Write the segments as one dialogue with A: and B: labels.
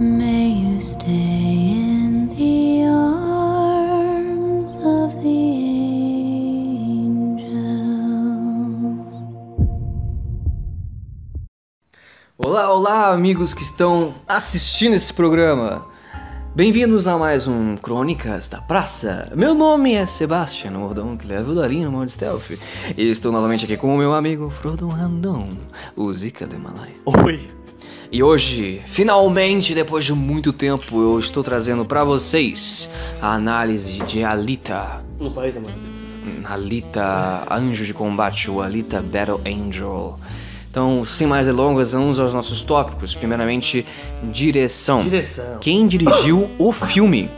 A: May you stay in the arms of the angels.
B: Olá, olá, amigos que estão assistindo esse programa. Bem-vindos a mais um Crônicas da Praça. Meu nome é Sebastian Mordão, que leva o Darinho no modo stealth. E estou novamente aqui com o meu amigo Frodo Randon, o Zika do Himalaia.
C: Oi!
B: E hoje, finalmente, depois de muito tempo, eu estou trazendo pra vocês a análise de Alita.
C: No país da maravilha.
B: Alita Anjo de Combate, o Alita Battle Angel. Então, sem mais delongas, vamos aos nossos tópicos. Primeiramente, direção.
C: Direção.
B: Quem dirigiu o filme?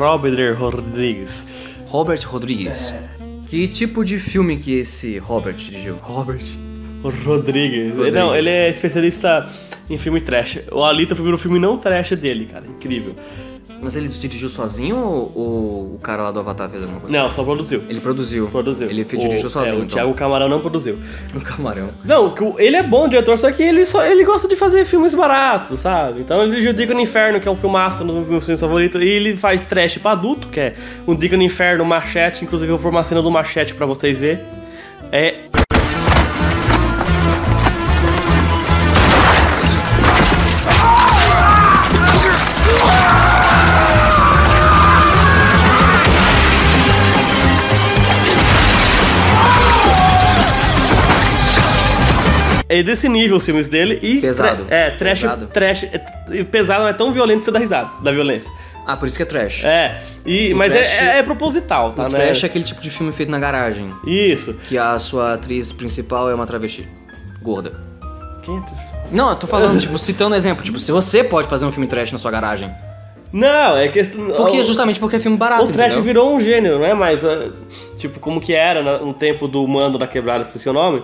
C: Robert Rodrigues.
B: Robert Rodrigues.
C: É.
B: Que tipo de filme que esse Robert dirigiu?
C: Robert Rodrigues.
B: Rodrigues.
C: Não, ele é especialista em filme trash. O Alita é o primeiro filme não trash dele, cara. Incrível.
B: Mas ele dirigiu sozinho ou, ou o cara lá do Avatar fez alguma coisa?
C: Não, só produziu.
B: Ele produziu.
C: Produziu.
B: Ele fe-
C: O-
B: dirigiu sozinho.
C: É, o
B: então.
C: Thiago Camarão não produziu.
B: no camarão.
C: Não, que o- ele é bom diretor, só que ele só ele gosta de fazer filmes baratos, sabe? Então ele dirigiu Dica no Inferno, que é um filmaço, um dos meus filmes favoritos, e ele faz trash pra adulto, que é um Dica no Inferno, Machete, inclusive eu vou pôr uma cena do Machete pra vocês verem. É... É desse nível os filmes dele e...
B: Pesado.
C: tra- É, trash...
B: Pesado.
C: Trash... É t- pesado, mas é tão violento que você dá risada da violência.
B: Ah, por isso que é trash.
C: É, e,
B: O
C: mas é-
B: trash-
C: é, é proposital, tá?
B: o
C: né?
B: trash é aquele tipo de filme feito na garagem.
C: Isso.
B: Que a sua atriz principal é uma travesti. Gorda.
C: Quem é essa pessoa?
B: Não, eu tô falando, tipo, citando exemplo. Tipo, se você pode fazer um filme trash na sua garagem.
C: Não, é questão.
B: Porque,
C: o-
B: justamente porque é filme barato,
C: O trash
B: entendeu?
C: virou um gênero, não é mais. ah, Tipo, como que era na- no tempo do Mando da Quebrada, esqueci o nome.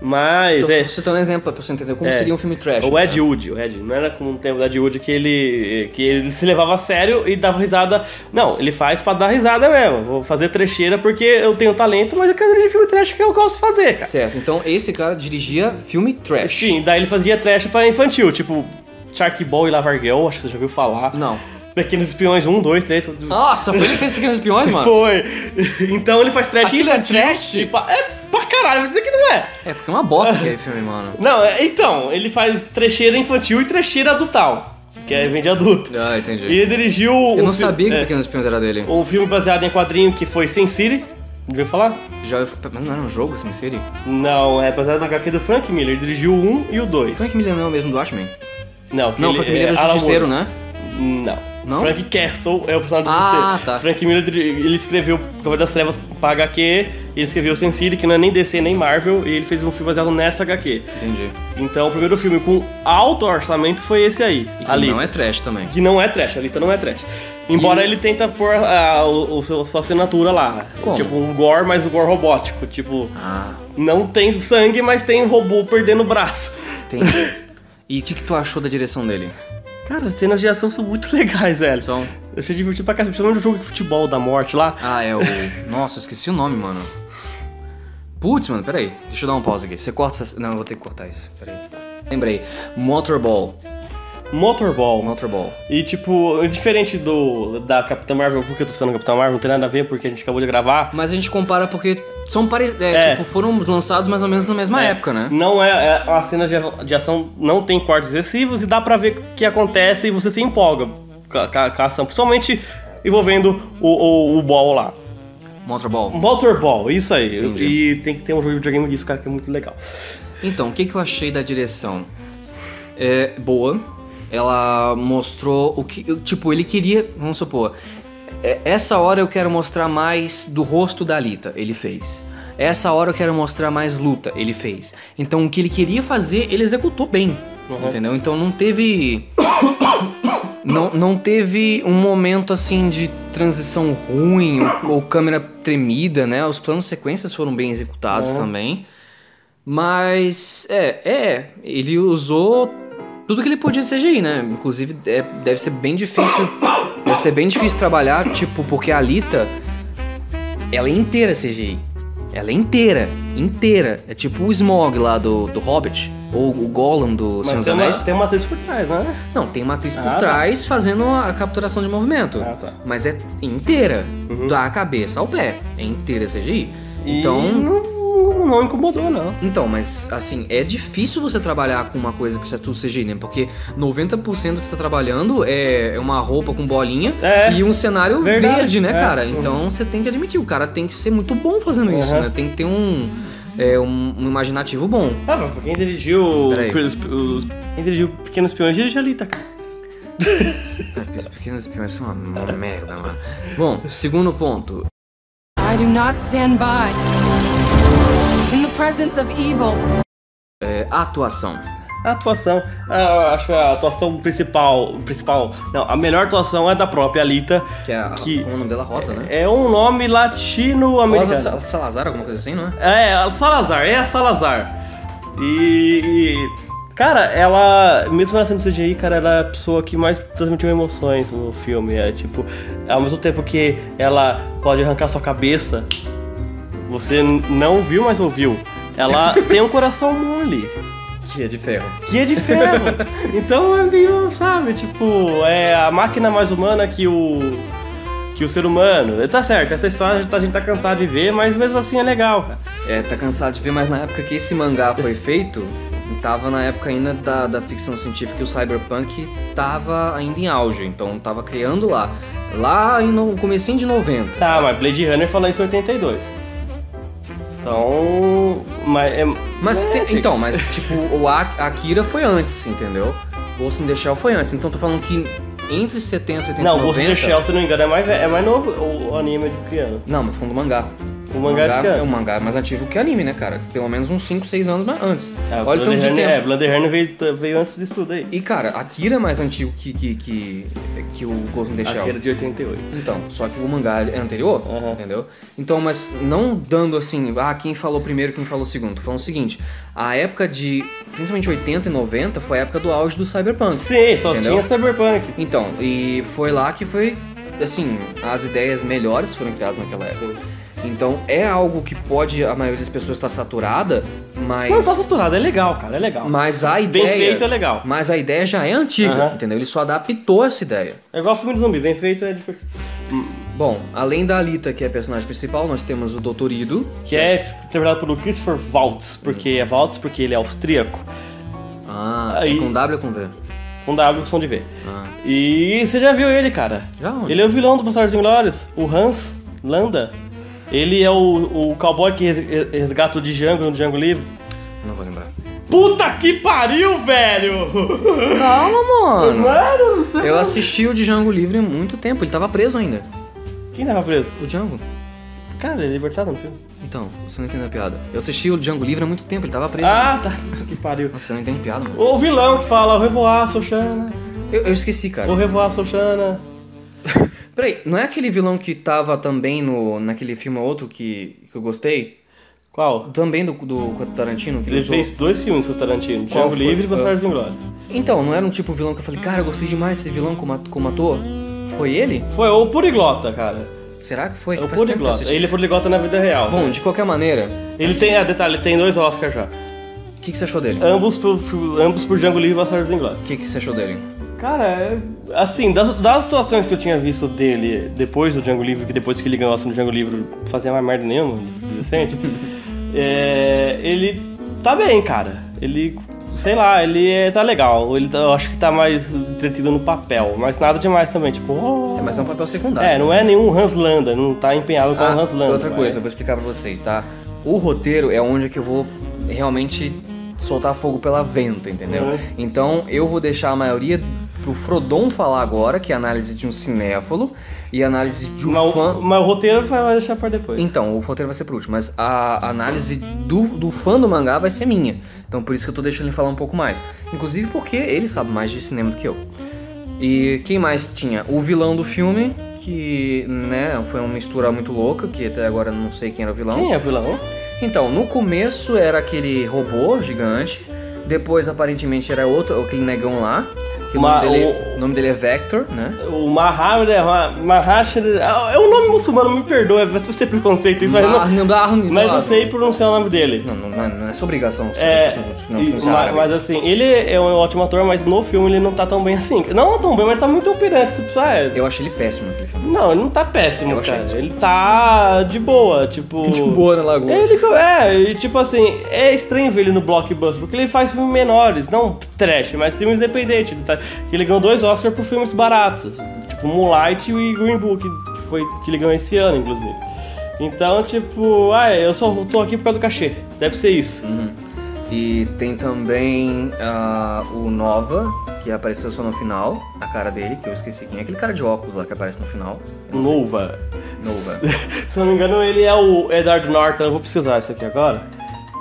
C: Mas.
B: Então, Tô
C: é,
B: citando um exemplo pra você entender como
C: é.
B: seria um filme trash.
C: O Ed Wood, o Ed, não era como no tempo do Ed Wood que ele, que ele se levava a sério e dava risada. Não, ele faz pra dar risada mesmo. Vou fazer trecheira porque eu tenho talento, mas eu quero dirigir filme trash que eu gosto de fazer, cara.
B: Certo, então esse cara dirigia filme trash.
C: Sim, daí ele fazia trash pra infantil, tipo Sharkboy e Lavarguel, acho que você já viu falar.
B: Não.
C: Pequenos Espiões 1, 2, 3,
B: Nossa, foi ele que fez Pequenos Espiões, mano?
C: Foi. Então ele faz trash
B: Aquilo é
C: infantil
B: trash?
C: e pa- É pra caralho, vou dizer que não é.
B: É, porque é uma bosta aquele filme, mano.
C: Não, é- então, ele faz trecheira infantil e trecheira adultal, que é vende adulto.
B: Ah,
C: E
B: entendi.
C: ele dirigiu um,
B: Eu não
C: fi-
B: sabia que
C: é,
B: Pequenos Espiões era dele.
C: um filme baseado em quadrinho que foi Sin City. Já ouviu falar?
B: Já, mas não era um jogo, sem série?
C: Não, é baseado na HQ do Frank Miller. Ele dirigiu o 1 e o 2.
B: Frank Miller não é o mesmo do Watchmen?
C: Não, que
B: Não,
C: ele,
B: Frank Miller é o
C: Alan Moore.
B: justiceiro, né?
C: Não.
B: Não?
C: Frank Castle é o personagem do
B: Ah,
C: DC.
B: tá.
C: Frank Miller, dri- ele escreveu Cavaleiro das Trevas pra HQ, ele escreveu Sin City, que não é nem DC nem Marvel, e ele fez um filme baseado nessa HQ.
B: Entendi.
C: Então, o primeiro filme com alto orçamento foi esse aí,
B: E que
C: ali.
B: não é trash também.
C: Que não é trash, a Alita não é trash. Embora ele tenta pôr ah, o, o seu- sua assinatura lá.
B: Como?
C: Tipo, um gore, mas o gore robótico. Tipo,
B: Ah,
C: não tem sangue, mas tem um robô perdendo o braço.
B: entendi. e o que, que tu achou da direção dele?
C: Cara, as cenas de ação são muito legais, velho.
B: São?
C: Eu se diverti pra caramba, principalmente no jogo de futebol da morte lá.
B: um- Ah, é o. Nossa, eu esqueci o nome, mano. Putz, mano, peraí. Deixa eu dar uma pausa aqui. Você corta essa. Não, eu vou ter que cortar isso. Peraí. Lembrei. Motorball.
C: Motorball.
B: Motorball.
C: E tipo, diferente do da Capitã Marvel, porque eu tô sendo Capitã Marvel, não tem nada a ver, porque a gente acabou de gravar.
B: Mas a gente compara porque são pare... é,
C: É.
B: tipo, foram lançados mais ou menos na mesma
C: É,
B: época, né?
C: Não é, é a cena de, de ação não tem cortes excessivos e dá pra ver o que acontece e você se empolga com a, com a- com a ação, principalmente envolvendo o, o, o ball lá.
B: Motorball.
C: Motorball, isso aí.
B: Entendi.
C: E tem que ter um jogo de videogame disso, cara, que é muito legal.
B: Então, o que, que eu achei da direção? É boa. Ela mostrou o que. eu- Tipo, ele queria. Vamos supor. é- Essa hora eu quero mostrar mais do rosto da Alita. Ele fez. Essa hora eu quero mostrar mais luta. Ele fez. Então, o que ele queria fazer, ele executou bem. Entendeu? Então, não teve. Não, não teve um momento assim de transição ruim ou, ou câmera tremida, né? Os planos sequências foram bem executados
C: É.
B: também. Mas, é, é, ele usou tudo que ele podia de CGI, né? Inclusive, é- deve ser bem difícil. deve ser bem difícil trabalhar, tipo, porque a Alita, ela é inteira CGI. Ela é inteira, inteira. É tipo o Smog lá do, do Hobbit. ou o Gollum do Senhor
C: Mas
B: dos
C: tem uma,
B: Anéis.
C: tem uma atriz por trás, né?
B: Não, tem uma atriz por
C: Ah, tá.
B: trás fazendo a capturação de movimento.
C: Ah, tá. Uhum.
B: Mas é inteira, da cabeça ao pé. É inteira CGI.
C: E
B: Então,
C: não, não, não incomodou, não.
B: então, mas assim, é difícil você trabalhar com uma coisa que isso é tudo CGI, né? Porque 90% que você tá trabalhando é é uma roupa com bolinha
C: É.
B: e um cenário
C: Verdade,
B: verde, né,
C: é.
B: cara? Então você tem que admitir, o cara tem que ser muito bom fazendo isso,
C: Uhum.
B: né? Tem que ter um, é, um, um imaginativo bom.
C: Ah, mas quem dirigiu.
B: Peraí.
C: Os, os- quem dirigiu Pequenos Peões dirigiu ali, tá? cara?
B: Os pequenos espiões são é uma uma merda, mano. Bom, segundo ponto.
D: I do not stand by in the presence of evil.
B: É, atuação.
C: A atuação. Ah, eu acho que a atuação principal. Principal. Não, a melhor atuação é da própria Alita.
B: Que é a,
C: Que-
B: como o nome dela? Rosa, né?
C: É um nome
B: Rosa
C: latino-americano.
B: Sa- Salazar, alguma coisa assim, não é?
C: É, a Salazar, é a Salazar. E. e, Cara, ela. Mesmo ela sendo CGI, cara, ela é a pessoa que mais transmitiu emoções no filme. É tipo, ao mesmo tempo que ela pode arrancar sua cabeça, você n- não viu, mas ouviu. Ela tem um coração mole.
B: Dia de ferro.
C: Que é de ferro. então é meio, sabe, tipo, é a máquina mais humana que o. que o ser humano. Tá certo, essa história a gente tá cansado de ver, mas mesmo assim é legal, cara.
B: É, tá cansado de ver, mas na época que esse mangá foi feito, tava na época ainda da, da ficção científica e o cyberpunk tava ainda em auge, então tava criando lá. Lá em no comecinho de 90.
C: Tá, mas Blade Runner falou isso em 82. Então. Mas é.
B: Mas
C: é,
B: tem-
C: tipo,
B: então, mas tipo, o A- Akira foi antes, entendeu? Ghost in the Shell foi antes, então tô falando que entre 70 e 80
C: Não,
B: e
C: o Ghost
B: 90,
C: in the Shell, se não me engano, é mais, ve- é mais novo o o anime de que ano?
B: Não, mas tô falando do mangá.
C: O mangá de que ano?
B: é um mangá mais antigo que anime, né, cara? Pelo menos uns 5, 6 anos mais antes.
C: Ah,
B: Olha o tanto
C: Blade
B: de tempo.
C: Runner- É, Blade Runner veio, veio antes disso tudo aí.
B: E cara, Akira é mais antigo que, que, que, que o Ghost in the Shell.
C: Aquele de 88.
B: Então, só que o mangá é anterior,
C: Aham.
B: entendeu? Então, mas não dando assim, ah, quem falou primeiro, quem falou segundo. Tô falando o seguinte, a época de, principalmente 80 e 90, foi a época do auge do Cyberpunk.
C: Sim, só
B: Entendeu?
C: tinha Cyberpunk.
B: Então, e foi lá que foi, assim, as ideias melhores foram criadas naquela época. Então, é algo que pode, a maioria das pessoas tá saturada, mas...
C: Não, tá saturado, é legal, cara, é legal.
B: Mas a
C: Bem
B: ideia.
C: feito é legal.
B: Mas a ideia já é antiga,
C: Aham.
B: entendeu? Ele só adaptou essa ideia.
C: É igual filme de zumbi, bem feito é divertido.
B: Bom, além da Alita, que é a personagem principal, nós temos o Dr. Ido.
C: Que é interpretado pelo Christopher Waltz, porque é Waltz porque ele é austríaco.
B: Ah,
C: Aí-
B: é com W ou com V?
C: Com W, som de V.
B: Ah.
C: E você já viu ele, cara?
B: Já onde?
C: Ele é o vilão do Bastardos Inglórios, o Hans Landa. Ele é o, o cowboy que res- resgata o Django no Django Livre.
B: Não vou lembrar.
C: Puta que pariu, velho!
B: Calma, mano!
C: Mano do céu!
B: Eu assisti o Django Livre há muito tempo, ele tava preso ainda.
C: Quem tava preso?
B: O Django?
C: Cara, ele é libertado no filme.
B: Então, você não entendeu a piada. Eu assisti o Django Livre há muito tempo, ele tava preso.
C: Ah, tá. Puta que pariu.
B: Nossa, você não entende piada, mano.
C: O vilão que fala, o revoar, Soshana.
B: Eu, eu esqueci, cara.
C: O revoar, Soshana.
B: Peraí, não é aquele vilão que tava também no, naquele filme outro que, que eu gostei?
C: Qual?
B: Também do, do Tarantino? Que
C: Ele
B: usou-
C: fez dois filmes com o Tarantino.
B: Qual
C: Django
B: foi?
C: Livre e Bastardos Inglórios.
B: Então, não era um tipo vilão que eu falei, cara, eu gostei demais desse vilão como, ato- como ator? Foi ele?
C: Foi o Puriglota, cara.
B: Será que foi?
C: É o
B: Faz tempo que eu
C: Puriglota.
B: assisti.
C: Ele é Puriglota na vida real.
B: Bom, assim- de qualquer maneira,
C: Ele tem, ah, detalhe, ele tem dois Oscars já.
B: o que, que você achou dele? O
C: Ambos por, ambos por Django Livre e Bastardos Inglórios.
B: que, que você achou dele?
C: Cara, é- assim, das, das situações que eu tinha visto dele depois do Django Livre, que depois que ele ganhou assim, no Django Livre, fazia mais merda nenhuma, de decente, é, ele tá bem, cara. Ele, sei lá, ele é- tá legal. Ele tá- eu acho que tá mais entretido no papel, mas nada demais também, tipo... oh.
B: É, mas é um papel secundário.
C: É, não é nenhum Hans Landa, não tá né? empenhado com
B: Ah,
C: o Hans Landa.
B: outra
C: mas- é.
B: coisa, eu vou explicar pra vocês, tá? O roteiro é onde é que eu vou realmente soltar fogo pela venta, entendeu?
C: Uhum.
B: Então eu vou deixar a maioria pro Frodon falar agora, que é análise de um cinéfalo e análise de um
C: Mas,
B: fã.
C: o- mas o roteiro vai deixar pra depois.
B: Então, o roteiro vai ser pro último, mas a análise do, do fã do mangá vai ser minha. Então por isso que eu tô deixando ele falar um pouco mais. Inclusive porque ele sabe mais de cinema do que eu. E quem mais tinha? O vilão do filme, que né, foi uma mistura muito louca, que até agora eu não sei quem era o vilão.
C: Quem é o vilão?
B: Então, no começo era aquele robô gigante, depois aparentemente era outro, aquele negão lá. Que o
C: Uma-
B: nome dele
C: o-
B: O nome dele é Vector, né?
C: O Mahamed é Ma- Mahashir. É um nome muçulmano, me perdoa, vai ser preconceito isso, mas não. Mas não sei pronunciar o nome dele.
B: Não, não, não é- não é sua obrigação.
C: É,
B: não,
C: e-
B: pronunciar
C: ma-
B: árabe.
C: mas assim, ele é um ótimo ator, mas no filme ele não tá tão bem assim. Não tão bem, mas tá muito operante. Você precisa- ah, é-
B: Eu achei ele péssimo naquele filme.
C: Não, ele não tá péssimo,
B: Eu achei,
C: cara.
B: desculpa.
C: Ele tá de boa, tipo.
B: De boa na lagoa.
C: Ele, co- é, e, tipo assim, é estranho ver ele no blockbuster, porque ele faz filmes menores, não trash, mas filmes independentes. Ele, tá, que ele ganhou dois Oscars por filmes baratos, tipo Moonlight e Green Book, que, foi, que ele ganhou esse ano, inclusive. Então, tipo, ah, eu só tô aqui por causa do cachê. Deve ser isso.
B: Uhum. E tem também ah, o Nova, que apareceu só no final, a cara dele, que eu esqueci quem é. Aquele cara de óculos lá que aparece no final. Eu não sei.
C: Nova.
B: Nova.
C: Se eu não me engano, ele é o Edward Norton. Eu vou precisar isso aqui agora.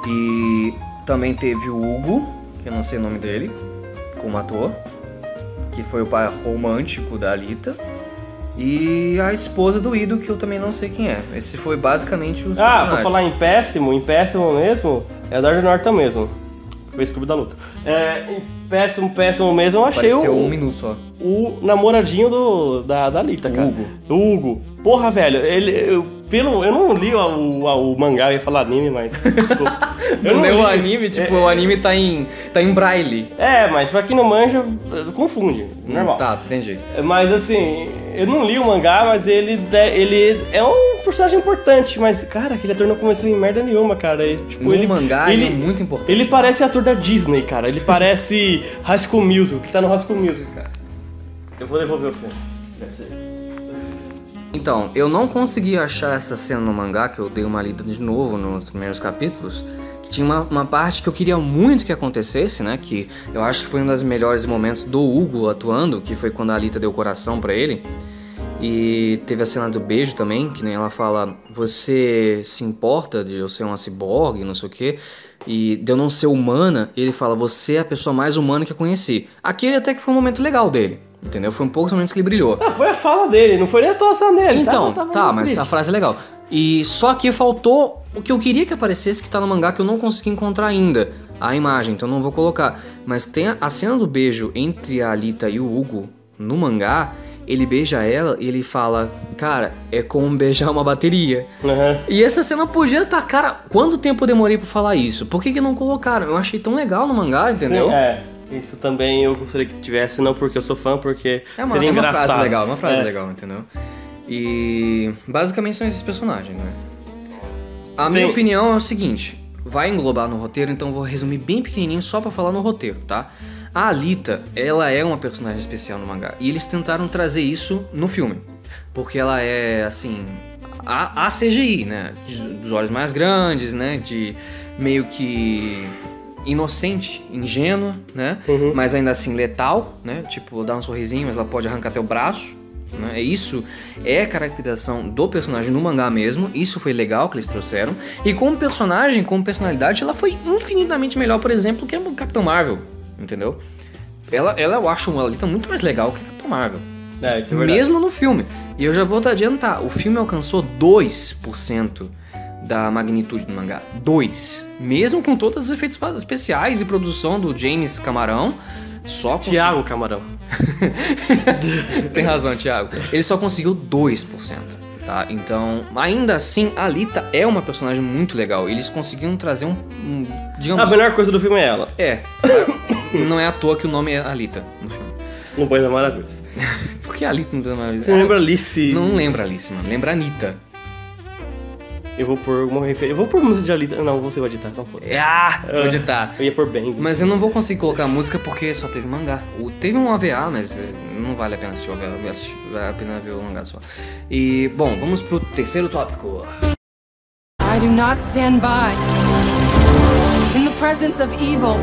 B: E também teve o Hugo, que eu não sei o nome dele, como ator, que foi o pai romântico da Alita. E a esposa do Ido, que eu também não sei quem é. Esse foi basicamente os
C: Ah, pra
B: personagens.
C: falar em péssimo, em péssimo mesmo, é Edward Norton mesmo. Foi esse clube da luta. É, em péssimo, péssimo mesmo, eu achei
B: Apareceu um
C: o,
B: minuto só.
C: o namoradinho do, da, da Lita, cara.
B: Hugo.
C: O Hugo. Porra, velho, ele. Eu, pelo, eu não li o, o, o mangá, eu ia falar anime, mas. Desculpa.
B: Eu
C: não
B: leu o
C: li.
B: anime, tipo, o anime tá em, tá em braille.
C: É, mas pra quem não manja, confunde. Normal.
B: Tá, entendi.
C: Mas assim, eu não li o mangá, mas ele, de- ele é um personagem importante, mas, cara, aquele ator não começou em merda nenhuma, cara. E, tipo,
B: No
C: ele,
B: mangá, ele é muito importante,
C: Ele
B: né?
C: parece ator da Disney, cara. Ele parece High School Musical, que tá no High School Musical, cara. Eu vou devolver o filme. Deve ser.
B: Então, eu não consegui achar essa cena no mangá, que eu dei uma lida de novo nos primeiros capítulos, que tinha uma, uma parte que eu queria muito que acontecesse, né? Que eu acho que foi um dos melhores momentos do Hugo atuando, que foi quando a Alita deu o coração pra ele. E teve a cena do beijo também, que nem ela fala, você se importa de eu ser uma ciborgue, não sei o quê, e de eu não ser humana, e ele fala, você é a pessoa mais humana que eu conheci. Aqui até que foi um momento legal dele, entendeu? Foi um poucos momentos que ele brilhou.
C: Ah, foi a fala dele, não foi nem a atuação dele.
B: Então,
C: tava, tava
B: tá,
C: no
B: mas
C: script.
B: a frase é legal. E só que faltou o que eu queria que aparecesse que tá no mangá que eu não consegui encontrar ainda. A imagem, então não vou colocar. Mas tem a, a cena do beijo entre a Alita e o Hugo no mangá. Ele beija ela e ele fala: Cara, é como beijar uma bateria.
C: Aham.
B: E essa cena podia estar, cara. Quanto tempo eu demorei pra falar isso? Por que, que não colocaram? Eu achei tão legal no mangá, entendeu?
C: É. Isso também eu gostaria que tivesse, não porque eu sou fã, porque
B: É uma,
C: seria
B: é uma
C: engraçado.
B: frase legal, uma frase
C: É.
B: legal, entendeu? E basicamente são esses personagens, né? A
C: Tem-
B: minha opinião é o seguinte: vai englobar no roteiro, então eu vou resumir bem pequenininho só pra falar no roteiro, tá? A Alita, ela é uma personagem especial no mangá e eles tentaram trazer isso no filme, porque ela é assim a, a CGI, né? De- dos olhos mais grandes, né? De meio que inocente, ingênua, né? Mas ainda assim letal, né? Tipo, dá um sorrisinho, mas ela pode arrancar teu braço. Né? Isso é a caracterização do personagem no mangá mesmo. Isso foi legal que eles trouxeram. E como personagem, como personalidade, ela foi infinitamente melhor, por exemplo, que a Capitão Marvel. Entendeu? Ela, ela eu acho uma Alita muito mais legal que a Capitão Marvel.
C: É, isso é verdade.
B: mesmo no filme. E eu já vou te adiantar: o filme alcançou 2% da magnitude do mangá. 2%. Mesmo com todos os efeitos fa- especiais e produção do James Camarão. Só com
C: Tiago Camarão.
B: Tem razão, Thiago. Ele só conseguiu 2%, tá? Então, ainda assim, a Alita é uma personagem muito legal. Eles conseguiram trazer um, um- digamos,
C: A melhor coisa do filme é ela.
B: é. não é à toa que o nome é Alita no filme.
C: No País das Maravilhas.
B: Por que Alita não lembra
C: Você lembra Alice?
B: Hum. Não lembra Alice, mano. Lembra Anitta.
C: Eu vou pôr alguma referência. Eu vou pôr música de Alita. Não, você vai editar, não foda.
B: Ah, onde tá?
C: Eu ia pôr bem.
B: Mas eu não vou conseguir colocar música porque só teve mangá. O- teve um OVA, mas eh, não vale a pena assistir o OVA, assi- vale a pena ver o mangá só. E, bom, vamos pro terceiro tópico.
D: I do not stand by. In the presence of evil,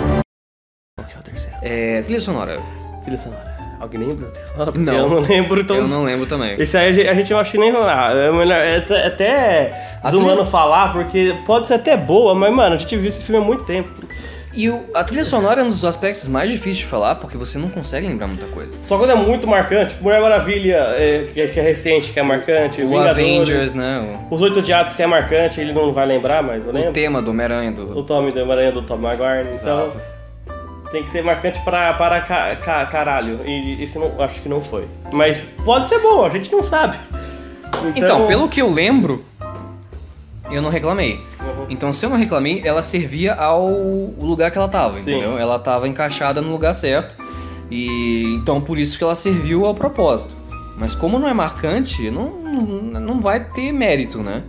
C: Qual que é o terceiro?
B: É, trilha sonora.
C: Trilha sonora. Alguém lembra da trilha sonora? Porque
B: Não.
C: Eu não lembro, então.
B: Eu não lembro também.
C: Esse aí a gente- a gente não acha nem. Ah, é melhor. É até- é até
B: A
C: desumano
B: trilha-
C: falar, porque pode ser até boa, mas, mano, a gente viu esse filme há muito tempo.
B: E o- a trilha sonora é um dos aspectos mais difíceis de falar, porque você não consegue lembrar muita coisa.
C: Só quando é muito marcante, tipo, Mulher Maravilha, é, que, é, que é recente, que é marcante,
B: O
C: Vingadores,
B: Avengers, né?
C: Os Oito Diatos, que é marcante, ele não vai lembrar, mas eu
B: O, o
C: lembro.
B: tema do Homem-Aranha, do,
C: O Tommy da Maranha do Tom Maguire, então. Tem que ser marcante pra, para ca- ca- caralho. E isso não, acho que não foi. Mas pode ser bom, a gente não sabe.
B: Então, pelo que eu lembro, eu não reclamei.
C: Uhum.
B: Então, se eu não reclamei, ela servia ao lugar que ela tava,
C: Sim.
B: entendeu? Ela tava encaixada no lugar certo. E então por isso que ela serviu ao propósito. Mas como não é marcante, não, não não vai ter mérito, né?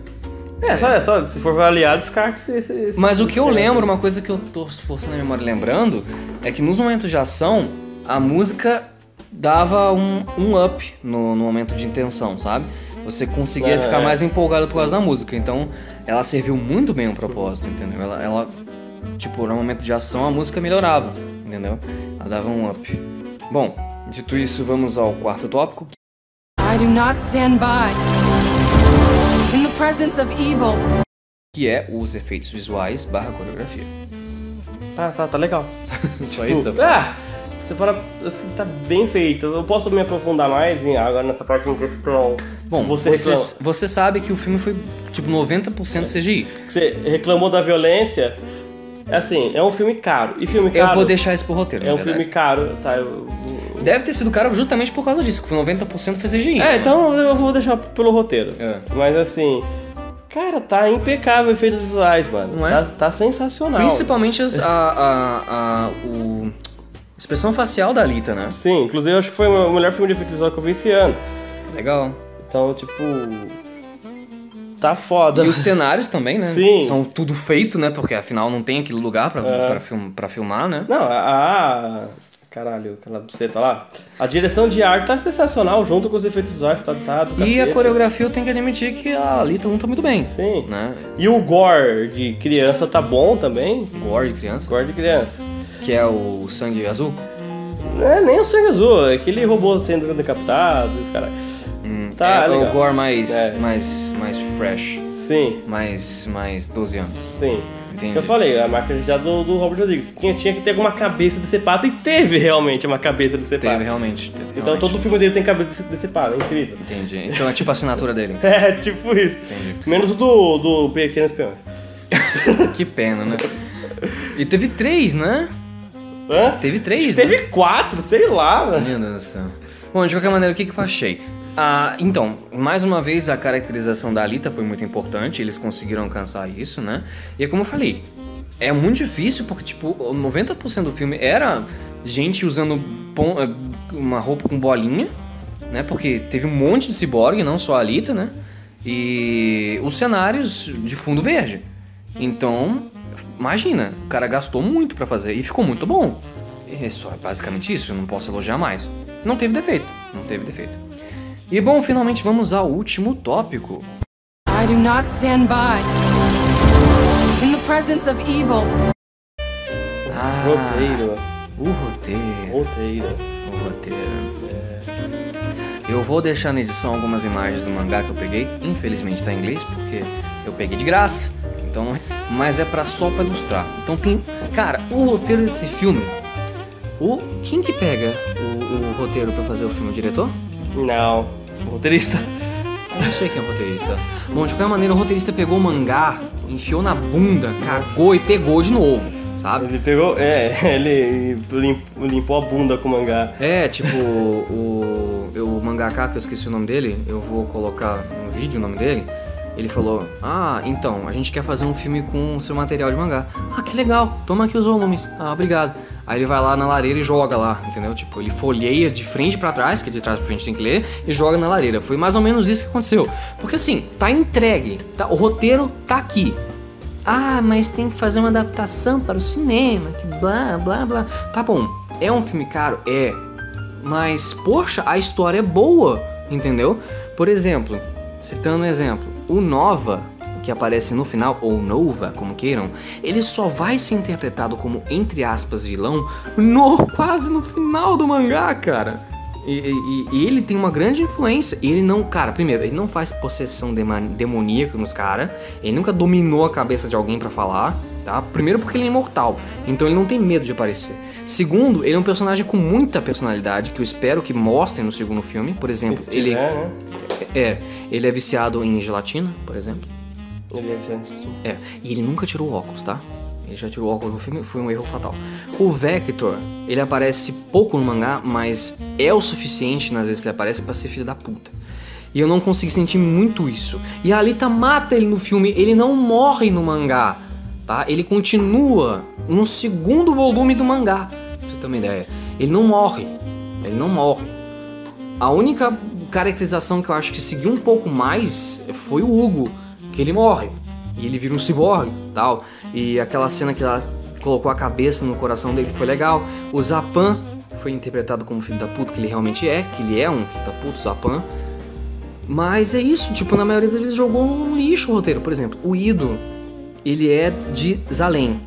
C: É, só, é só se for avaliar, descarte esse, esse, esse-
B: Mas o que eu
C: esse-
B: lembro, uma coisa que eu tô forçando a memória lembrando, é que nos momentos de ação, a música dava um, um up no, no momento de intenção, sabe? Você conseguia
C: É,
B: ficar
C: é.
B: mais empolgado por causa da música. Então, ela serviu muito bem o propósito, entendeu? Ela, ela, tipo, no momento de ação, a música melhorava, entendeu? Ela dava um up. Bom, dito isso, vamos ao quarto tópico.
D: I do not stand by in the presence of evil.
B: Que é os efeitos visuais barra coreografia.
C: Tá, tá, tá legal.
B: Só
C: Tipo,
B: É isso?
C: Ah, você para. Assim, tá bem feito. Eu posso me aprofundar mais em, agora nessa parte em questão.
B: Bom,
C: você,
B: você,
C: reclamou,
B: você sabe que o filme foi tipo 90% CGI.
C: você reclamou da violência. Assim, é um filme caro. E filme
B: Eu
C: caro.
B: vou deixar isso pro roteiro.
C: É
B: na
C: um
B: verdade.
C: filme caro, tá? eu-
B: Deve ter sido caro justamente por causa disso, que foi 90% foi CGI.
C: É, então eu vou deixar pelo roteiro.
B: É.
C: Mas assim. Cara, tá impecável efeitos visuais, mano.
B: Não é?
C: Tá, tá sensacional.
B: Principalmente as- a, a, a- o- a expressão facial da Alita, né?
C: Sim, inclusive eu acho que foi o melhor filme de efeito visual que eu vi esse ano.
B: Legal.
C: Então, tipo. Tá foda.
B: E os cenários também, né?
C: Sim. É.
B: São tudo feito, né? Porque afinal não tem aquele lugar pra, pra, film- pra filmar, né?
C: Não, a. a- Caralho, aquela buceta lá. A direção de arte tá sensacional junto com os efeitos visuais, tá, tá do
B: E a
C: cacete.
B: coreografia eu tenho que admitir que a Alita luta muito bem.
C: Sim.
B: Né?
C: E o gore de criança tá bom também.
B: Gore de criança,
C: Gore de criança.
B: que é o sangue azul.
C: Não é nem o sangue azul, é aquele robô sendo decapitado, esse caralho. tá,
B: é,
C: legal.
B: o gore mais,
C: É.
B: mais, mais fresh,
C: Sim,
B: mais, mais 12 anos.
C: sim.
B: Entendi.
C: Eu falei, a marca já do, do Robert Rodrigues. Tinha, tinha que ter alguma cabeça decepada e teve realmente uma cabeça decepada.
B: Teve realmente. Teve,
C: Então
B: realmente.
C: todo filme dele tem cabeça decepada, é incrível.
B: Entendi. Então é tipo a assinatura dele.
C: É, tipo isso.
B: Entendi.
C: Menos o do, do Pequeno Espião.
B: Que pena, né? E teve três, né?
C: Hã?
B: Teve
C: Acho que
B: três, né?
C: Teve quatro, sei lá, mano.
B: Meu Deus do céu. Bom, de qualquer maneira, o que, que eu achei? Ah, então, mais uma vez, a caracterização da Alita foi muito importante, eles conseguiram alcançar isso, né? E é como eu falei, é muito difícil porque, tipo, 90% do filme era gente usando pon- eh, uma roupa com bolinha, né? Porque teve um monte de ciborgue, não só a Alita, né? E os cenários de fundo verde. Então, imagina, o cara gastou muito pra fazer e ficou muito bom. É só basicamente isso, eu não posso elogiar mais. Não teve defeito, não teve defeito. E bom, finalmente vamos ao último tópico.
D: I do not stand by in the presence of evil.
B: Ah,
C: Roteiro,
B: O roteiro.
C: roteiro.
B: O roteiro. é. Eu vou deixar na edição algumas imagens do mangá que eu peguei. Infelizmente tá em inglês, porque eu peguei de graça. Então, não- mas é para só pra ilustrar. Então tem, cara, o roteiro desse filme. O quem que pega o, o roteiro pra fazer o filme, o diretor?
C: Não. Roteirista.
B: Eu não sei quem é o roteirista. Bom, de qualquer maneira, o roteirista pegou o mangá, enfiou na bunda, cagou e pegou de novo, sabe?
C: Ele pegou. É, ele lim- limpou a bunda com o mangá.
B: É, tipo, o, o mangaka, que eu esqueci o nome dele, eu vou colocar no vídeo o nome dele. Ele falou: Ah, então, a gente quer fazer um filme com o seu material de mangá. Ah, que legal, toma aqui os volumes. Ah, obrigado. Aí ele vai lá na lareira e joga lá, entendeu? Tipo, ele folheia de frente pra trás, que de trás pra frente tem que ler, e joga na lareira. Foi mais ou menos isso que aconteceu. Porque assim, tá entregue, tá- o roteiro tá aqui. Ah, mas tem que fazer uma adaptação para o cinema, que blá, blá, blá. Tá bom, é um filme caro? É. Mas, poxa, a história é boa, entendeu? Por exemplo, citando um exemplo, o Nova, que aparece no final, ou Nova, como queiram, ele só vai ser interpretado como, entre aspas, vilão no, quase no final do mangá, cara. E, e- e- e ele tem uma grande influência. E ele não, cara, primeiro, ele não faz possessão dema- demoníaca nos caras. Ele nunca dominou a cabeça de alguém pra falar, tá? Primeiro, porque ele é imortal. Então ele não tem medo de aparecer. Segundo, ele é um personagem com muita personalidade, que eu espero que mostrem no segundo filme. Por exemplo,
C: Se
B: ele,
C: tiver, né?
B: é, ele é viciado em gelatina, por exemplo.
C: Ele é viciante.
B: É, e ele nunca tirou o óculos, tá? Ele Ele já tirou o óculos do filme, foi um erro fatal. O Vector, ele aparece pouco no mangá, mas é o suficiente nas vezes que ele aparece pra ser filho da puta. E eu não consegui sentir muito isso. E a Alita mata ele no filme, ele não morre no mangá, tá? Ele continua no segundo volume do mangá, pra você ter uma ideia. Ele não morre, ele não morre. A única caracterização que eu acho que seguiu um pouco mais foi o Hugo, que ele morre. E ele vira um ciborgue tal. E aquela cena que ela colocou a cabeça no coração dele foi legal. O Zapan foi interpretado como filho da puta, que ele realmente é, que ele é um filho da puta, o Zapan. Mas é isso, tipo, na maioria das vezes jogou no lixo o roteiro. Por exemplo, o Ido, ele é de Zalém,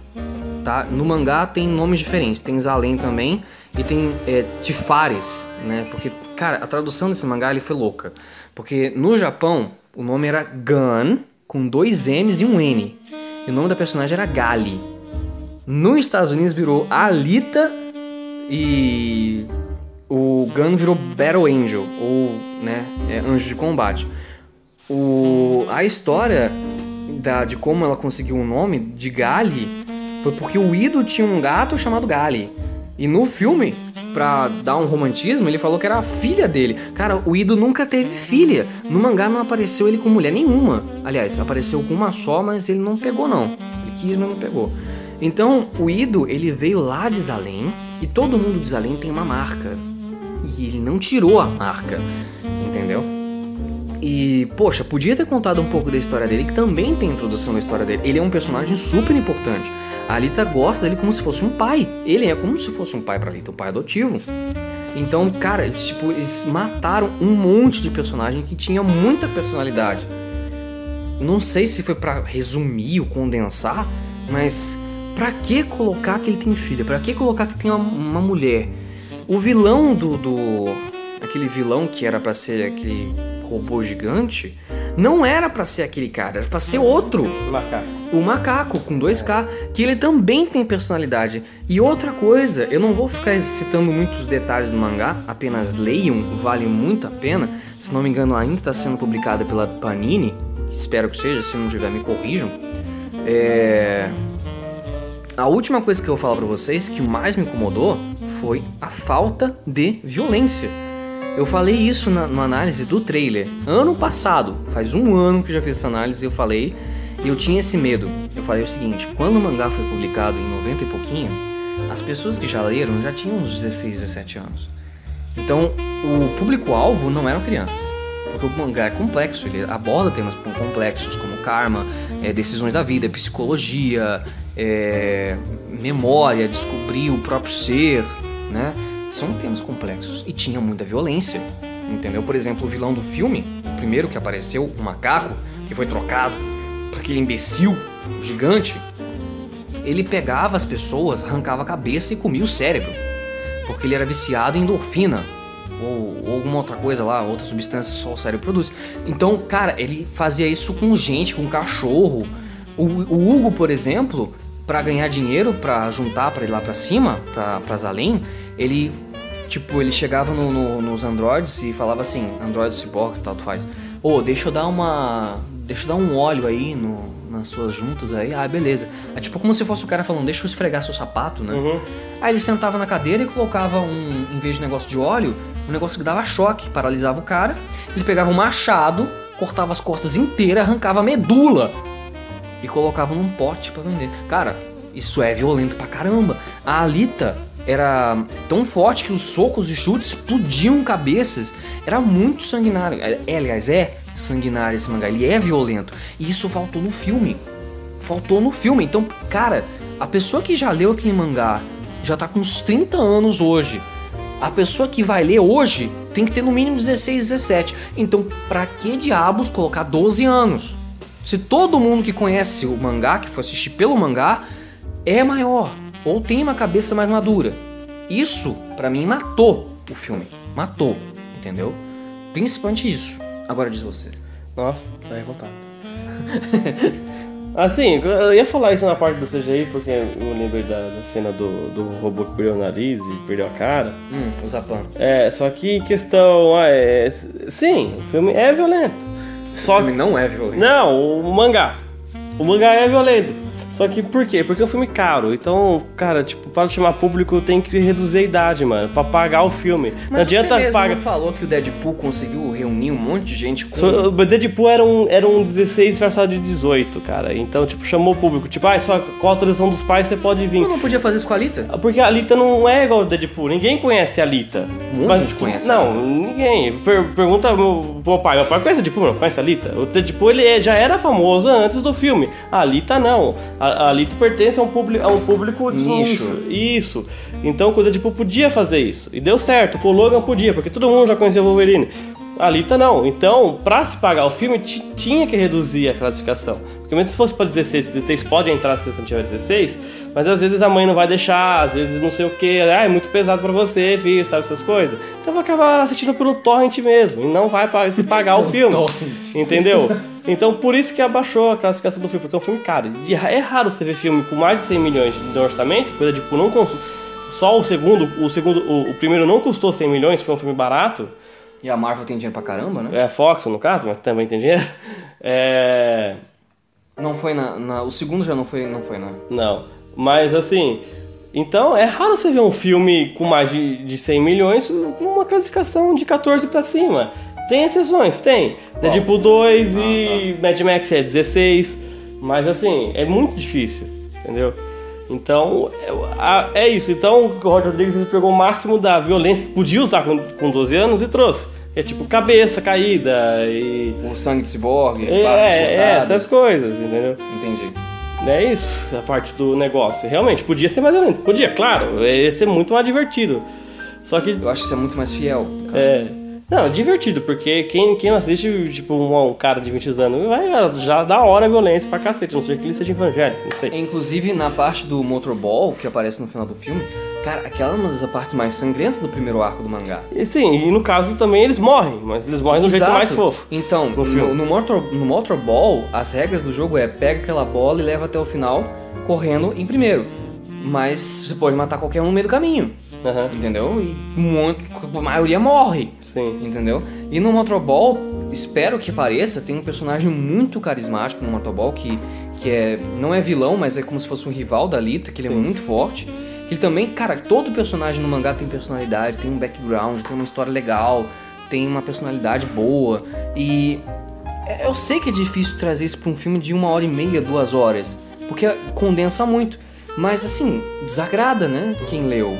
B: tá? No mangá tem nomes diferentes, tem Zalém também e tem é, Tifares, né? Porque, cara, a tradução desse mangá ele foi louca. Porque no Japão, o nome era Gun, com dois M's e um N. E o nome da personagem era Gali. Nos Estados Unidos virou Alita e o Gun virou Battle Angel, ou, né, é, anjo de combate. O, a história da, de como ela conseguiu o nome de Gali foi porque o Ido tinha um gato chamado Gali. E no filme, pra dar um romantismo, ele falou que era a filha dele. Cara, o Ido nunca teve filha. No mangá não apareceu ele com mulher nenhuma. Aliás, apareceu com uma só, mas ele não pegou, não. Ele quis, mas não pegou. Então, o Ido, ele veio lá de Zalém, e todo mundo de Zalém tem uma marca. E ele não tirou a marca, entendeu? E, poxa, podia ter contado um pouco da história dele, que também tem introdução na história dele. Ele é um personagem super importante. A Alita gosta dele como se fosse um pai. Ele é como se fosse um pai pra Alita, um pai adotivo. Então, cara, eles, tipo, eles mataram um monte de personagem que tinha muita personalidade. Não sei se foi pra resumir ou condensar, mas pra que colocar que ele tem filha? Pra que colocar que tem uma, uma mulher? O vilão do, do. Aquele vilão que era pra ser aquele robô gigante. Não era pra ser aquele cara, era pra ser outro
C: Macaco.
B: o macaco com 2K, que ele também tem personalidade. E outra coisa, eu não vou ficar citando muitos detalhes do mangá, apenas leiam, vale muito a pena. Se não me engano, ainda está sendo publicada pela Panini, espero que seja, se não tiver, me corrijam. É. A última coisa que eu vou falar pra vocês que mais me incomodou foi a falta de violência. Eu falei isso na, na análise do trailer. Ano passado, faz um ano que eu já fiz essa análise, eu falei, e eu tinha esse medo. Eu falei o seguinte: quando o mangá foi publicado em 90 e pouquinho, as pessoas que já leram já tinham uns 16, 17 anos. Então, o público-alvo não eram crianças. Porque o mangá é complexo, ele aborda temas complexos como karma, é, decisões da vida, psicologia, é, memória, descobrir o próprio ser, né? São temas complexos. E tinha muita violência, entendeu? Por exemplo, o vilão do filme, o primeiro que apareceu, o macaco, que foi trocado por aquele imbecil gigante, ele pegava as pessoas, arrancava a cabeça e comia o cérebro. Porque ele era viciado em endorfina. Ou, ou alguma outra coisa lá, outra substância que só o cérebro produz. Então, cara, ele fazia isso com gente, com cachorro. O, o Hugo, por exemplo, pra ganhar dinheiro, pra juntar pra ir lá pra cima, pra, pra Zalém, ele. Tipo, ele chegava no- no- nos androides e falava assim, androides cyborgs, tal, tu faz. Ô, deixa eu dar uma. Deixa eu dar um óleo aí no, nas suas juntas aí. Ah, beleza. É tipo como se fosse o cara falando, deixa eu esfregar seu sapato, né? Aí ele sentava na cadeira e colocava um, em vez de negócio de óleo, um negócio que dava choque, paralisava o cara. Ele pegava um machado, cortava as costas inteiras, arrancava a medula e colocava num pote pra vender. Cara, isso é violento pra caramba. A Alita era tão forte que os socos e chutes explodiam cabeças. Era muito sanguinário. É, é, aliás, é sanguinário esse mangá. Ele é violento. E isso faltou no filme. Faltou no filme. Então, cara, a pessoa que já leu aquele mangá já tá com uns 30 anos hoje. A pessoa que vai ler hoje tem que ter no mínimo 16, 17. Então, pra que diabos colocar 12 anos? Se todo mundo que conhece o mangá, que for assistir pelo mangá, é maior ou tem uma cabeça mais madura. Isso, pra mim, matou o filme. Matou, entendeu? Principalmente isso. Agora diz você.
C: Nossa, tá revoltado. assim, eu ia falar isso na parte do CGI, porque eu lembrei da, da cena do, do robô que perdeu o nariz e perdeu a cara.
B: Hum, o Zapan.
C: É, só que em questão. ah, é, s- sim, o filme é violento.
B: O
C: Só
B: filme não é violento.
C: Não, o mangá. O mangá é violento. Só que por quê? Porque é um filme caro. Então, cara, tipo, para chamar público tem que reduzir a idade, mano. Pra pagar o filme. não adianta
B: você mesmo
C: pagar.
B: falou que o Deadpool conseguiu reunir um monte de gente com...
C: So- O Deadpool era um, era um 16 disfarçado de 18, cara. Então, tipo, chamou o público. Tipo, ah, só com a autorização dos pais você pode vir.
B: Eu não podia fazer isso com a Alita?
C: Porque a Alita não é igual o Deadpool, ninguém conhece a Alita.
B: monte de gente conhece a
C: Não,
B: Alita.
C: ninguém. Per- pergunta pro meu, pro meu pai, meu pai conhece o Deadpool, não conhece a Alita? O Deadpool ele é- já era famoso antes do filme. A Alita não. A, a Alita pertence a um público, a um público de
B: Nicho.
C: um- Isso. Então o Deadpool podia fazer isso. E deu certo, com o Logan podia, porque todo mundo já conhecia o Wolverine. A Alita não. Então, pra se pagar o filme, ti- tinha que reduzir a classificação. Porque mesmo se fosse pra 16, 16 pode entrar se você não tiver 16, mas às vezes a mãe não vai deixar, às vezes não sei o que, ah, é muito pesado pra você, filho, sabe, essas coisas. Então eu vou acabar assistindo pelo torrent mesmo, e não vai pa- se pagar o filme.
B: torrent.
C: Entendeu? Então por isso que abaixou a classificação do filme, porque é um filme caro. E é raro você ver filme com mais de 100 milhões de orçamento, coisa de tipo, não cons- só o segundo, o segundo, o, o primeiro não custou 100 milhões, foi um filme barato.
B: E a Marvel tem dinheiro pra caramba, né?
C: É a Fox no caso, mas também tem dinheiro. É...
B: Não foi na, na- O segundo já não foi, não foi, né?
C: Não. Mas assim. Então, é raro você ver um filme com mais de, de 100 milhões com uma classificação de 14 pra cima. Tem exceções, tem. Deadpool 2
B: Ah,
C: e
B: tá.
C: Mad Max é 16. Mas assim, é muito difícil, entendeu? Então, é, a- é isso. Então, o Roger Rodrigues ele pegou o máximo da violência que podia usar com, com 12 anos e trouxe. É tipo cabeça caída e.
B: O sangue de ciborgue,
C: É,
B: partes
C: é,
B: cortadas.
C: essas coisas, entendeu?
B: Entendi.
C: É isso, a parte do negócio. Realmente, podia ser mais violento. Podia, claro. Ia ser muito mais divertido. Só que.
B: Eu acho que isso é muito mais fiel. cara.
C: É. Não, divertido, porque quem, quem não assiste, tipo, um, um cara de 20 anos, vai já da hora violência pra cacete. a Não sei que ele seja evangélico, não sei.
B: Inclusive, na parte do Motorball, que aparece no final do filme, cara, aquela é uma das partes mais sangrentas do primeiro arco do mangá.
C: E sim, e no caso também eles morrem, mas eles morrem do jeito é mais fofo.
B: Então,
C: no
B: no,
C: filme.
B: no, motor, no Motorball, as regras do jogo é pega aquela bola e leva até o final, correndo em primeiro. Mas você pode matar qualquer um no meio do caminho.
C: Aham.
B: Entendeu? E muito, a maioria morre.
C: Sim.
B: Entendeu? E no Motorball, espero que pareça, tem um personagem muito carismático no Motorball que, que é, não é vilão, mas é como se fosse um rival da Lita, que ele é muito forte. Que ele também, cara, todo personagem no mangá tem personalidade, tem um background, tem uma história legal, tem uma personalidade boa. E é, eu sei que é difícil trazer isso pra um filme de uma hora e meia, duas horas, porque condensa muito. Mas assim, desagrada, né? Quem leu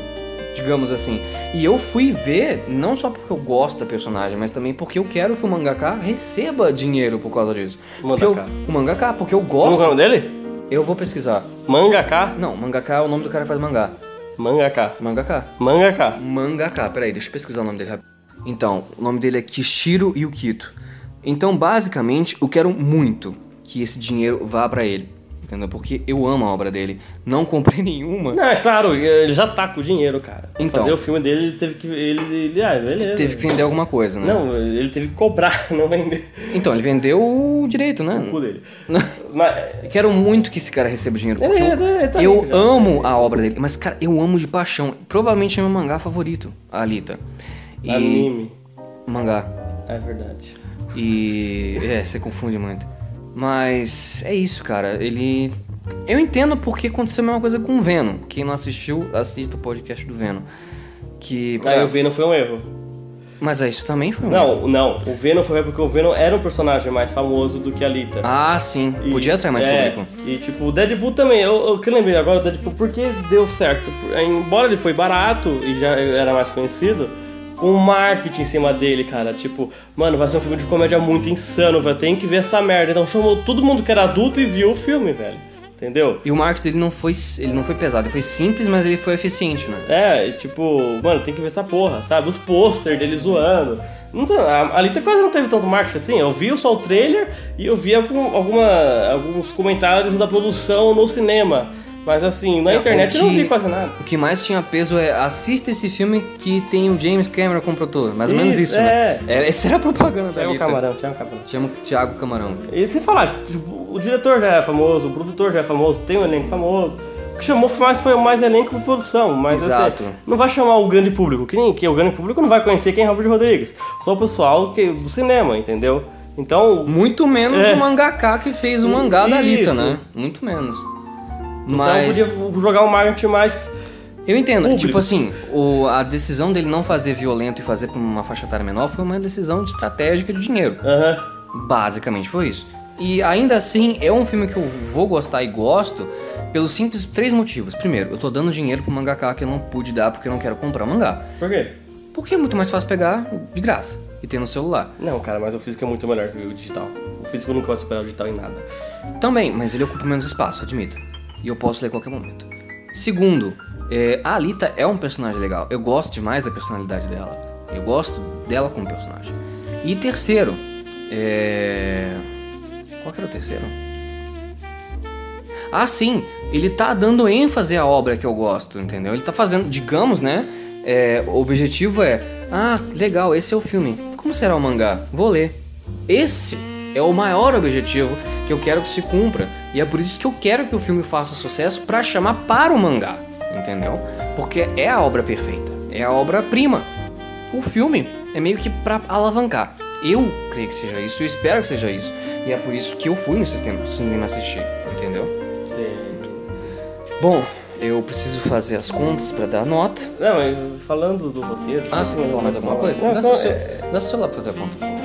B: digamos assim. E eu fui ver, não só porque eu gosto da personagem, mas também porque eu quero que o mangaka receba dinheiro por causa disso. Porque eu-
C: Mangaka.
B: o mangaka, porque eu
C: Como que é o
B: gosto.
C: nome dele?
B: Eu vou pesquisar.
C: Mangaka?
B: Não, mangaka é o nome do cara que faz mangá.
C: Mangaka.
B: Mangaka.
C: Mangaka.
B: Mangaka, peraí, deixa eu pesquisar o nome dele rápido. Então, o nome dele é Kishiro Yukito. Então, basicamente, eu quero muito que esse dinheiro vá pra ele. Entendeu? Porque eu amo a obra dele. Não comprei nenhuma.
C: Não, é claro, ele já tá com o dinheiro, cara. Pra
B: Então.
C: Fazer o filme dele, ele teve que. Ele, ele- ah, beleza.
B: Teve que vender alguma coisa, né?
C: Não, ele teve que cobrar, não vender.
B: Então, ele vendeu o direito, né?
C: o cu dele.
B: Não.
C: Mas,
B: Eu Quero muito que esse cara receba dinheiro. Porque
C: Ele-
B: eu
C: ele- ele tá
B: eu
C: rico já.
B: amo a obra dele, mas, cara, eu amo de paixão. Provavelmente é meu mangá favorito, a Alita. E.
C: Anime.
B: Mangá.
C: É verdade.
B: E. É, você confunde muito. Mas é isso, cara. Ele. Eu entendo porque aconteceu a mesma coisa com o Venom. Quem não assistiu, assista o podcast do Venom. Que.
C: Ah, o Venom foi um erro.
B: Mas é, isso também foi um.
C: Não, não. O Venom foi um erro porque o Venom era um personagem mais famoso do que a Lita.
B: Ah, sim.
C: E-
B: Podia atrair mais
C: é,
B: público.
C: E tipo, o Deadpool também, eu, eu que lembrei agora, o Deadpool, porque deu certo? Por- Embora ele foi barato e já era mais conhecido, com o marketing em cima dele, cara. Tipo, mano, vai ser um filme de comédia muito insano, velho. Tem que ver essa merda. Então chamou todo mundo que era adulto e viu o filme, velho. Entendeu?
B: E o marketing dele não foi. Ele não foi pesado, ele foi simples, mas ele foi eficiente, né?
C: É, e tipo, mano, tem que ver essa porra, sabe? Os posters dele zoando. Não tá, a a Lita quase não teve tanto marketing assim. Eu vi só o trailer e eu vi algum- alguma- alguns comentários da produção no cinema. Mas assim, na
B: É,
C: internet
B: o
C: eu não
B: que-
C: vi quase nada.
B: O que mais tinha peso é assista esse filme que tem o James Cameron como produtor. Mais ou menos isso,
C: Isso, é.
B: né? Era, essa era a propaganda da
C: Tiago
B: Anitta.
C: Camarão, Tiago Camarão.
B: Chama o Thiago Camarão.
C: E sem falar, tipo, o diretor já é famoso, o produtor já é famoso, tem um elenco famoso. O que chamou mais foi mais elenco pra produção, mas assim,
B: Exato.
C: não vai chamar o grande público, que nem que o grande público não vai conhecer quem é Robert Rodrigues, só o pessoal que, do cinema, entendeu? Então,
B: Muito menos
C: É.
B: o mangaka que fez o mangá da
C: Isso.
B: Alita, né? Muito menos. Mas.
C: Então eu podia jogar um marketing mais.
B: Eu entendo.
C: Público.
B: Tipo assim, o- a decisão dele não fazer violento e fazer pra uma faixa etária menor foi uma decisão de estratégica de dinheiro.
C: Aham.
B: Basicamente foi isso. E ainda assim, é um filme que eu vou gostar e gosto pelos simples três motivos. Primeiro, eu tô dando dinheiro pro mangaká que eu não pude dar porque eu não quero comprar mangá.
C: Por quê?
B: Porque é muito mais fácil pegar de graça e ter no celular.
C: Não, cara, mas o físico é muito melhor que o digital. O físico nunca vai superar o digital em nada.
B: Também, mas ele ocupa menos espaço, admito. E eu posso ler a qualquer momento. Segundo, é, a Alita é um personagem legal. Eu gosto demais da personalidade dela. Eu gosto dela como personagem. E terceiro, é... Qual que era o terceiro? Ah, sim, ele tá dando ênfase à obra que eu gosto, entendeu? Ele tá fazendo, digamos, né? é, o objetivo é: ah, legal, esse é o filme. Como será o mangá? Vou ler. Esse é o maior objetivo que eu quero que se cumpra. E é por isso que eu quero que o filme faça sucesso pra chamar para o mangá, entendeu? Porque é a obra perfeita, é a obra-prima. O filme é meio que pra alavancar. Eu creio que seja isso, eu espero que seja isso. E é por isso que eu fui no sistema, no cinema assistir, entendeu? Bom, eu preciso fazer as contas pra dar nota.
C: Não, mas falando do roteiro.
B: Ah, você quer falar mais alguma coisa?
C: Não,
B: Dá
C: então,
B: seu,
C: é-
B: dá seu celular pra fazer a conta. por favor.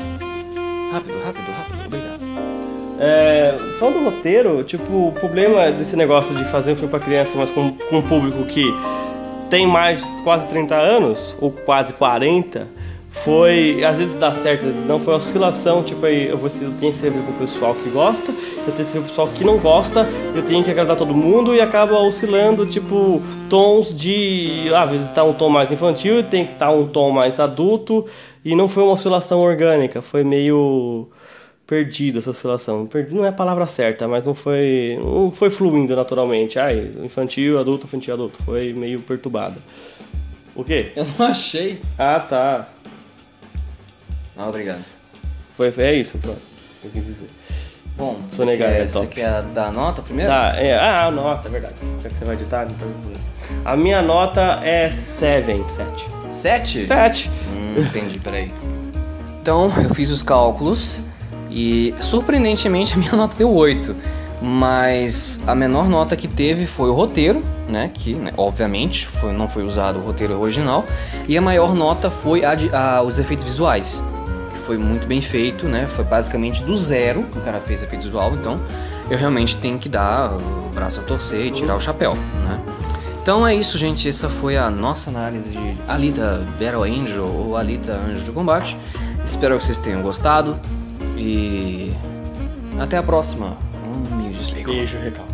B: Rápido, rápido, rápido, obrigado.
C: É, falando do roteiro, tipo, o problema desse negócio de fazer um filme pra criança, mas com, com um público que tem mais de quase 30 anos, ou quase 40, foi. Às vezes dá certo, às vezes não, foi uma oscilação, tipo, aí eu, vou, ser- eu tenho que servir pro pessoal que gosta, eu tenho que servir pro pessoal que não gosta, eu tenho que agradar todo mundo e acaba oscilando, tipo, tons de. ah, Às vezes tá um tom mais infantil, tem que tá um tom mais adulto, e não foi uma oscilação orgânica, foi meio perdida essa oscilação. Perdi- não é a palavra certa, mas não foi, não foi fluindo naturalmente. Ai, infantil, adulto, infantil, adulto. Foi meio perturbada. O quê?
B: Eu não achei.
C: Ah, tá.
B: Ah, obrigado.
C: Foi, é isso, pronto. Eu quis dizer.
B: Bom, você
C: Sonegar
B: quer,
C: é
B: você
C: top.
B: quer dar a nota primeiro?
C: Tá, é, ah, nota, é verdade. Já que você vai editar, então... A minha nota é 7, 7.
B: Sete?
C: 7.
B: Hum, entendi, peraí. Então, eu fiz os cálculos e, surpreendentemente, a minha nota deu 8. Mas a menor nota que teve foi o roteiro, né? Que, né, obviamente, foi- não foi usado o roteiro original. E a maior nota foi a de- a- os efeitos visuais, que foi muito bem feito, né? Foi basicamente do zero que o cara fez efeito visual. Então, eu realmente tenho que dar o braço a torcer e tirar o chapéu, né? Então é isso, gente. Essa foi a nossa análise de Alita Battle Angel ou Alita Anjo de Combate. Espero que vocês tenham gostado e até a próxima. Um humilde Slayer.
C: Beijo, recalque.